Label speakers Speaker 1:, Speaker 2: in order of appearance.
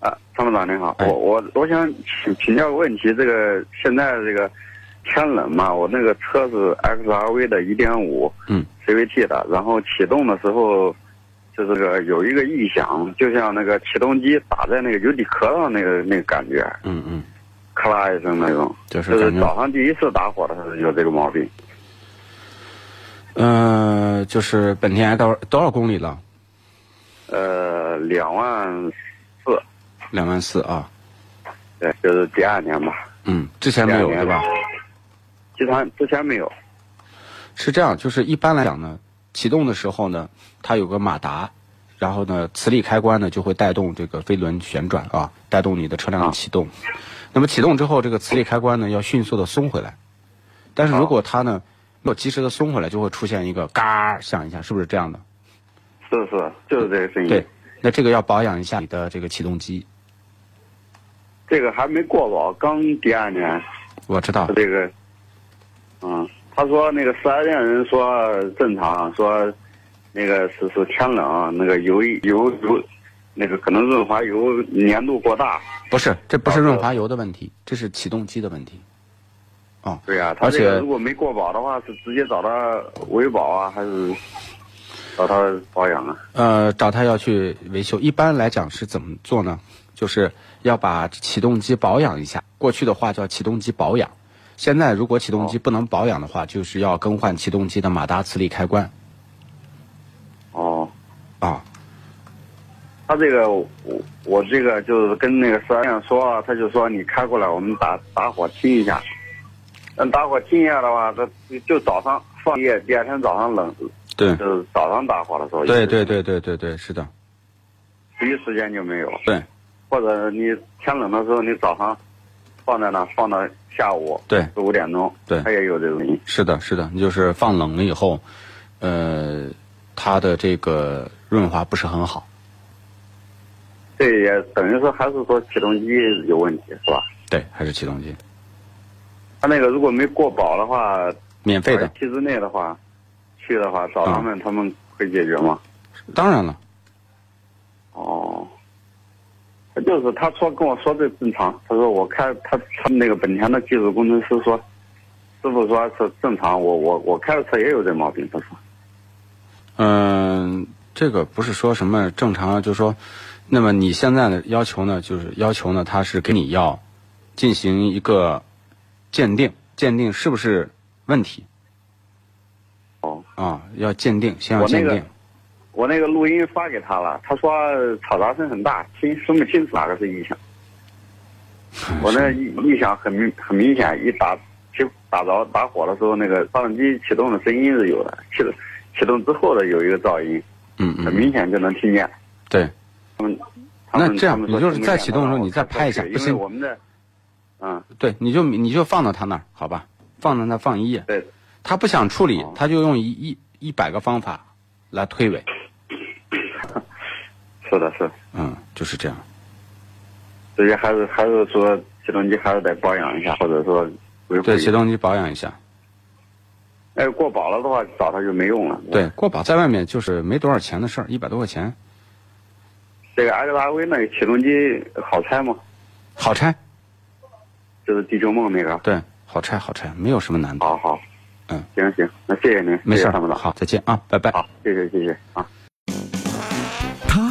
Speaker 1: 啊，参谋长您好，
Speaker 2: 哎
Speaker 1: 我我我想请请教个问题，这个现在这个天冷嘛，我那个车是 XRV 的1.5，
Speaker 2: 嗯
Speaker 1: ，CVT 的，然后启动的时候，就这个有一个异响，就像那个启动机打在那个油底壳上那个那个感觉，
Speaker 2: 嗯嗯，
Speaker 1: 咔啦一声那种，
Speaker 2: 就是
Speaker 1: 就
Speaker 2: 感觉
Speaker 1: 是早上第一次打火的时候有这个毛病，
Speaker 2: 呃，就是本田多少多少公里了？
Speaker 1: 呃，两万四，
Speaker 2: 两万四啊，
Speaker 1: 对，就是第二年吧，
Speaker 2: 嗯，之前没有对吧？？
Speaker 1: 之前之前没有，
Speaker 2: 是这样，就是一般来讲呢，启动的时候呢，它有个马达，然后呢，磁力开关呢就会带动这个飞轮旋转啊，带动你的车辆的启动。那么启动之后，这个磁力开关呢要迅速的松回来，但是如果它呢没有及时的松回来，就会出现一个嘎响一下，是不是这样的？
Speaker 1: 是是，就是这个声音。
Speaker 2: 对，那这个要保养一下你的这个启动机。
Speaker 1: 这个还没过保，刚第二年，
Speaker 2: 我知道，
Speaker 1: 这个，嗯，他说那个四 S 店人说正常，说那个是是天冷，那个油油油，那个可能润滑油粘度过大。
Speaker 2: 不是，这不是
Speaker 1: 导致
Speaker 2: 润滑油的问题，这是启动机的问题。哦，
Speaker 1: 对呀、他
Speaker 2: 而
Speaker 1: 这个
Speaker 2: 且
Speaker 1: 如果没过保的话，是直接找他维保啊，还是找他保养啊？
Speaker 2: 呃，找他要去维修。一般来讲是怎么做呢？就是要把启动机保养一下。过去的话叫启动机保养，现在如果启动机不能保养的话，就是要更换启动机的马达磁力开关
Speaker 1: 哦，
Speaker 2: 啊。
Speaker 1: 他这个我我这个就是跟那个四 S 店说啊，他就说你开过来，我们打打火听一下。但打火听一下的话，他就早上放夜，第二天早上冷，
Speaker 2: 对
Speaker 1: 就是早上打火的时候，
Speaker 2: 对对，对对对对，是的，
Speaker 1: 第一时间就没有。
Speaker 2: 对
Speaker 1: 或者你天冷的时候，你早上放在那，放到下午
Speaker 2: 对
Speaker 1: 四五点钟，
Speaker 2: 对
Speaker 1: 它也有这种音。
Speaker 2: 是的是的，就是放冷了以后，呃，它的这个润滑不是很好。
Speaker 1: 这也等于说还是说启动机有问题是吧？
Speaker 2: 对，还是启动机，
Speaker 1: 他那个如果没过保的话，
Speaker 2: 免费的。
Speaker 1: 七之内的话，去的话找他们，他们会解决吗？
Speaker 2: 当然了，
Speaker 1: 哦，他就是他说跟我说这正常，他说我开他他们那个本田的技术工程师说，师傅说是正常，我我我开的车也有这毛病，他说
Speaker 2: 嗯、这个不是说什么正常，啊就是说，那么你现在的要求呢，就是要求呢，它是给你要进行一个鉴定，鉴定是不是问题
Speaker 1: 哦，
Speaker 2: 啊？要鉴定，先要
Speaker 1: 我那
Speaker 2: 鉴
Speaker 1: 个
Speaker 2: 定。
Speaker 1: 我那个录音发给他了，他说嘈杂声很大，听分不清楚哪个是异响，我那异异响很明很明显，一打就打着打火的时候，那个发动机启动的声音是有的，启启动之后的有一个噪音，
Speaker 2: 嗯嗯，
Speaker 1: 很明显就能听见。
Speaker 2: 对，
Speaker 1: 嗯，他们
Speaker 2: 那这样
Speaker 1: 他们说
Speaker 2: 你就是
Speaker 1: 听不
Speaker 2: 在
Speaker 1: 见
Speaker 2: 启动的时候
Speaker 1: 然后
Speaker 2: 你再拍一下
Speaker 1: 因
Speaker 2: 不
Speaker 1: 为
Speaker 2: 行
Speaker 1: 我们的，嗯，
Speaker 2: 对，你就你就放到他那儿，好吧？放到那放一夜，
Speaker 1: 对，
Speaker 2: 他不想处理
Speaker 1: 哦，
Speaker 2: 他就用一一一百个方法来推诿，
Speaker 1: 是的，是的，
Speaker 2: 嗯，就是这样。
Speaker 1: 所以还是还是说启动机还是得保养一下，或者说维护
Speaker 2: 对，
Speaker 1: 一
Speaker 2: 启
Speaker 1: 下。
Speaker 2: 动机保养一下。
Speaker 1: 哎，过保了的话，找他就没用了。，
Speaker 2: 对，过保在外面就是没多少钱的事儿，一百多块钱，
Speaker 1: 这个 XRV 那个启动机好拆吗？
Speaker 2: 好拆。
Speaker 1: 就是地球梦那个。
Speaker 2: 对，好拆好拆，没有什么难度，
Speaker 1: 好好，
Speaker 2: 嗯，
Speaker 1: 行行，那谢谢您，
Speaker 2: 没事
Speaker 1: 谢
Speaker 2: 儿
Speaker 1: 谢参谋。长，
Speaker 2: 好，再见啊，拜拜。
Speaker 1: 好，谢谢谢谢啊。
Speaker 3: 它